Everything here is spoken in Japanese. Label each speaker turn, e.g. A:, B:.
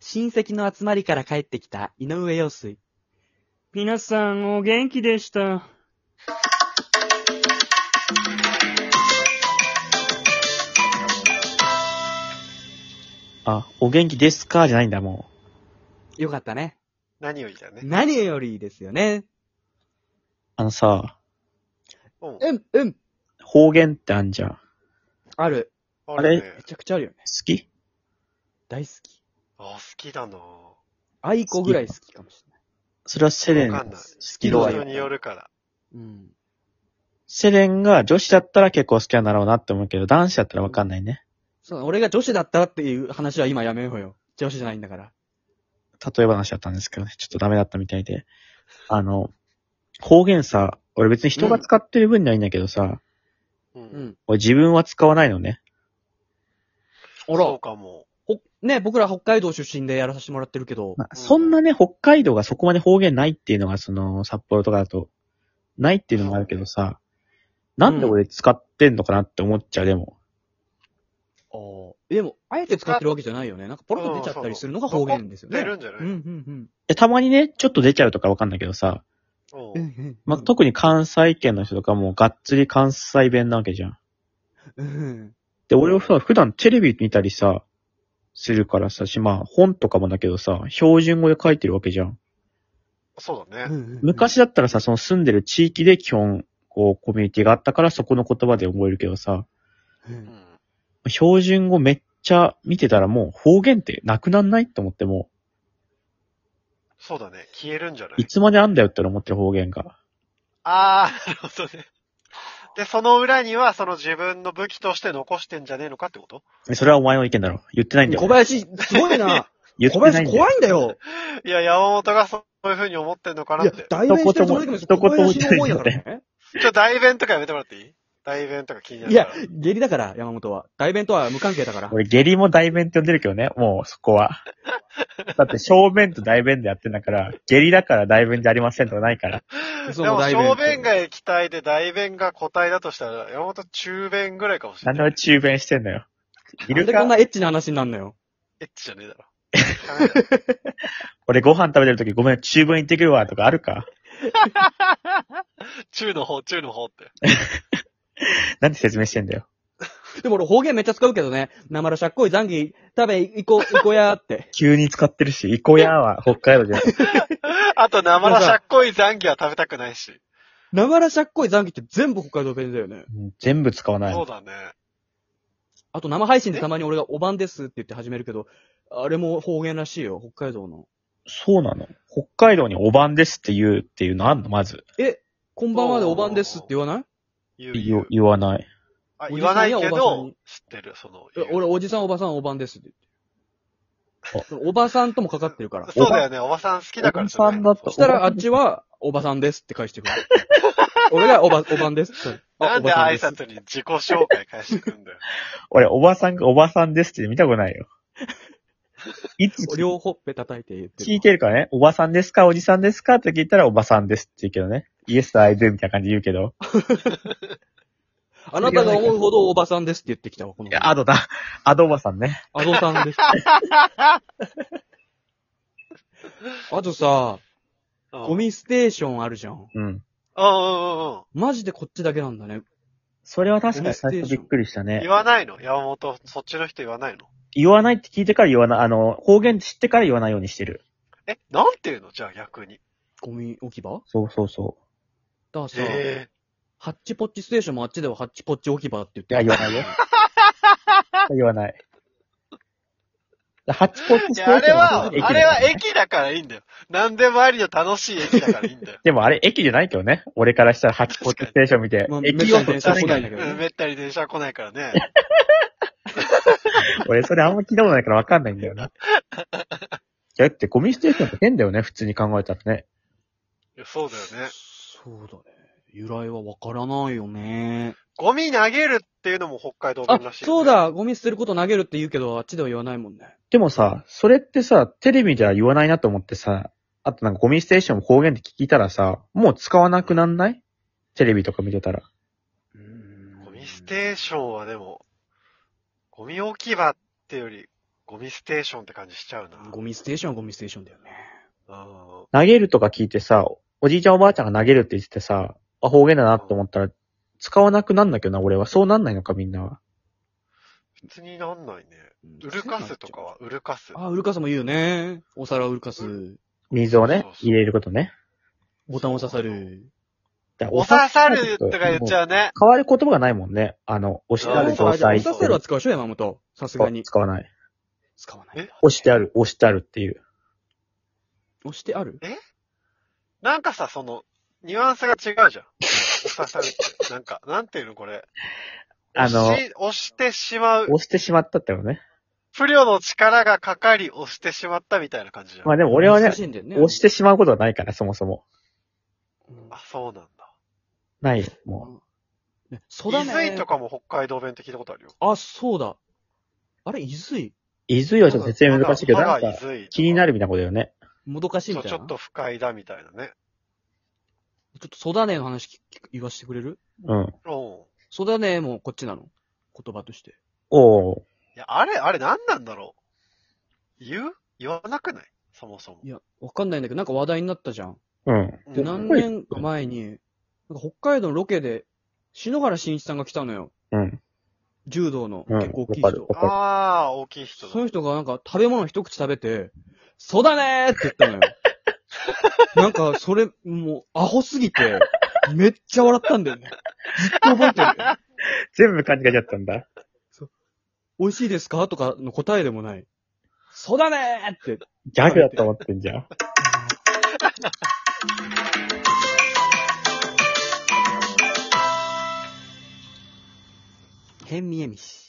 A: 親戚の集まりから帰ってきた井上陽水。
B: 皆さんお元気でした。
C: あ、お元気ですかじゃないんだ、も
A: よかったね。
D: 何よりだね。
A: 何よりですよね。
C: う。あのさ、
D: うん。
A: うん、うん。
C: 方言ってあんじゃん。好
A: ある。
D: あるね
A: め。ちゃくちゃあるよね。
C: き
A: 大好き。
D: あ、好きだなぁ。
A: あいこぐらい好きかもしれない。
C: それはセレン。
D: わかんない
C: 好き
A: 色合
C: 度
A: い
C: い
D: 人によるから。
A: うん。
C: セレンが女子だったら結構好きなんだろうなって思うけど、男子だったらわかんないね。
A: そう、俺が女子だったらっていう話は今やめようよ。女子じゃないんだから。
C: 例え話だったんですけどね、ちょっとダメだったみたいで。あの、方言さ、俺別に人が使ってる分にはいいんだけどさ、
D: う。
A: うんん。
C: 俺自分は使わないのね。
A: あ
D: そ
A: ら
D: う、かも。
A: ほ、ね、僕ら北海道出身でやらさせてもらってるけど、
C: まあ
D: うん
C: そんなね、北海道がそこまで方言ないっていうのが、その、札幌とかだと、ないっていうのもあるけどさ、なんで俺使ってんのかなって思っちゃう、でも。
A: あーでも、あえて使ってるわけじゃないよね。なんかポロッと出ちゃったりするのが方言ですよね。
D: 出るんじゃない
A: うん、うん、
C: えたまにね、ちょっと出ちゃうとかわかんないけどさ、
A: う。
D: うん。
A: うんん、
C: まあ、特に関西圏の人とかもがっつり関西弁なわけじゃん。
A: うん。
C: で、俺はさ、普段テレビ見たりさ、するからさ、し、まあ、本とかもだけどさ、標準語で書いてるわけじゃん。
D: そうだ
A: うんう
D: ね。
A: んうん
C: 昔だったらさ、その住んでる地域で基本、こう、コミュニティがあったから、そこの言葉で覚えるけどさ、
A: う
D: うんん。
C: 標準語めっちゃ見てたらもう方言ってなくなんないって思っても
D: そうだね。消えるんじゃな
C: う、い
D: い
C: つまであんだよって思ってる方言が。
D: あー、なるほどね。で、その裏には、その自分の武器として残してんじゃねえのかってこと
C: それはお前の意見だろ。言ってないんだよ。
A: 小林、すごいな。
C: 言って
A: 小
C: ない
A: 林
C: んだよ。
A: 怖いんだよ。
D: いや、山本がそういう風に思ってんのか
A: い
D: なっ
A: や
D: て、。
A: 代弁してるつもりだけど、
C: 一言
A: 小
C: も
A: 林の思いだからね。
D: ちょ、代弁とかやめてもらっていい代弁とか気になる
A: い
D: か
A: や
D: ら。、
A: 下痢だから、山本は。代弁とは無関係だから。
C: 俺、下痢も代弁って呼んでるけどね、もうそこ は。だって正面と代弁でやってんだから、下痢だから代弁じゃありませんとかないから。
A: 嘘
D: で
A: の
D: も、
A: 代弁
D: 小便が液体で代弁が固体だとしたら、山本中便ぐらいかもし
C: な
D: れ
C: んで
D: ない。
C: 俺中弁してんだよ。い
A: なん
C: る
A: でこんな
C: か
A: エッチな話になんのよ。
D: エッチじゃねえだろ。
C: 俺ご飯食べてるときごめん、中弁行ってくるわとかあるか
D: 中の方、中の方って。
C: なんて説明してんだよ。
A: でも俺方言めっちゃ使うけどね。なまらしゃっこい残儀食べ行 こう、行こうやーって。
C: 急に使ってるし、イコヤは北海 道じゃん。
D: あと、生らしゃっこい残儀は食べたくないし。
A: なまらしゃっこい残儀って全部北海道弁だよね。
C: うん全部使わない
D: そ。うだね。
A: あと生配信でたまに俺がおばんですって言って始めるけど、あれも方言らしいよ、北海道の。
C: そうなの北海道におばんですって言うっていうのあんのまず。
A: こんばんはでおばんですって言わない
D: 言う言
C: 言
D: う
C: う言わない。
D: あ、
A: おじ
D: 言
A: さ
D: わ
A: ん
D: ない
A: や
D: け
A: おばさん
D: ど
A: に、
D: 知ってる、その。
A: え俺、おじさんおばさんおばんですって言って。おばさんともかかってるから。
D: そうだよね、おばさん好きだからじゃない
C: おばさんだと
A: そしたらあっちは、おばさんですって返してくる。 俺がおば、おばんですって。
D: なんで
A: おばさ
D: 挨
A: です
D: 拶に自己紹介返してくん だよ。
C: 俺、おばさんがおばさんですって見たことない よ。いつ聞
A: 両ほっぺ叩いて言ってる。
C: いてるかねおばさんですかおじさんですかって聞いたらおばさんですって言うけどね。イエス、アイドゥみたいな感じで言うけど。
A: あなたが思うほどおばさんですって言ってきたわ、この
C: い。や、アドだ。アドおばさんね。
A: アドさんです。 あとさ、
D: ゴ
A: ゴミステーションあるじゃん。
C: うん。
D: うんうんうんうん。
A: マジでこっちだけなんだね。
C: それは確かに最初びっくりしたね
D: 言。わないの山本、そっちの人言わないの
C: 言わないって聞いてから言わない、あの、方言知ってから言わないようにしてる。
D: え、なんて言うのじゃあ逆に。
A: ゴミ置き場
C: そうそうそ
A: だからさ、
D: え
A: ハッチポッチステーションもあっちではハッチポッチ置き場って言っ
C: う。い
A: て
C: や、言わないよ。言わない。ハッチポッチステー
D: え
C: シ
D: あれ
C: ョン
D: は、
C: 駅だ
D: あ
C: から
D: れは駅だからいいんだよ。なんでもありの楽しい駅だからいいんだよ。
C: でもあれ、駅じゃないけどね。俺からしたら、ハチポッチステーション見て
A: まあ、
C: 駅を
A: め
C: 取
A: っ
C: っ
A: ちゃ
C: た
A: 電車来ない
C: ら
A: んだけどね
D: うんめったり電車来ないからね。
C: 俺、それあんま聞いたことないから分かんないんだよな。だって、ゴミステーションって変だよね、普通に考えたらね。
D: いやそうだよね。
A: そうだね。由来はわからないよね。
D: ゴミ投げるっていうのも北海道
A: あ
D: 弁ら、しい、
A: そう。だ、ゴミ捨てること投げるって言うけど、あっちでは言わないもんね。
C: でもさ、それってさ、テレビじゃ言わないなと思ってさ、あとなんかゴミステーションも方言って聞いたらさ、もう使わなくなんないテレビとか見てたら。
D: ゴミステーションはでも、ゴミ置き場ってより、ゴミステーションって感じしちゃうな。
A: ゴミステーションはゴミステーションだよね。
D: うん。
C: 投げるとか聞いてさ、おじいちゃんおばあちゃんが投げるって言っててさ、あ、方言だなと思ったら、使わなくなんなきゃな、俺は。そうなんないのか、みんなは。
D: 別になんないね。
A: うん
D: ウルカスとかはウルカス。
A: あ、ウルカスも言うね。お皿をウルカス。
C: 水をね
D: そう、そう
C: 入れることね。
A: ボタンを刺さる。
C: だから
D: おささるとか言っち
C: も
D: ゃうね。
C: 変わる言葉がないもんね。あの、押してあ
D: う
C: る
D: ん
C: 状態
A: お
C: っ
A: さ
C: て
A: せるは使うでしょ、山本。さすがに。
C: 使わない。
A: 使わないんだ。
C: 押してある、押してあるっていう。
A: 押してある
D: なんかさ、その、ニュアンスが違うじゃん。おささるって。なんか、なんていうのこれ。
C: あの
D: 押し、押してしまう。
C: 押してしまったってのね。
D: 不慮の力がかかり押してしまったみたいな感じじゃん。
C: まあでも俺はね
A: 難、しいんだよね。
C: 押してしまうことはないから、そもそも。
A: うん
D: あ、そうなんだ。
C: ないよ、も
A: ねそ
D: 伊
A: だね。
D: 豆とかも北海道弁って聞いたことあるよ。
A: あ、そうだ。あれ、伊豆
C: う。いずいはちょっと説明難しいけど、なん
D: 歯が
C: か
D: 歯が伊豆
C: 気になるみたいなことだよね。
A: もどかしい
D: そ
A: み
D: う、
A: たい
D: ち
A: な。
D: ょっと不快だみたいなね。
A: ちょっと、ソダネの話聞く言わせてくれる
C: うん。
D: うん。
A: ソダネもこっちなの言葉として。
C: おー。
D: いや、あれ、あれ何なんだろう言う言わなくないそもそも
A: い。や、わかんないんだけど、なんか話題になったじゃん。
C: うん。
A: で、
D: うん
A: 何年か前に、なんか北海道のロケで、篠原慎一さんが来たのよ。
C: うん。
A: 柔道の
C: うん
A: 結構大きい
C: わかる
A: 人。
C: わか
D: ああ、大きい人
A: そ
D: だ。
A: の人がなんか食べ物一口食べて、そうだねーって言ったのよ。なんか、それ、もう、アホすぎて、めっちゃ笑ったんだよね。ずっと覚えてる。
C: る。全部勘違いしちゃったんだ。
A: 美味しいですかとかの答えでもない。そうだねーって。
C: ギャグだと思ってんじゃん。
A: 変見えみし。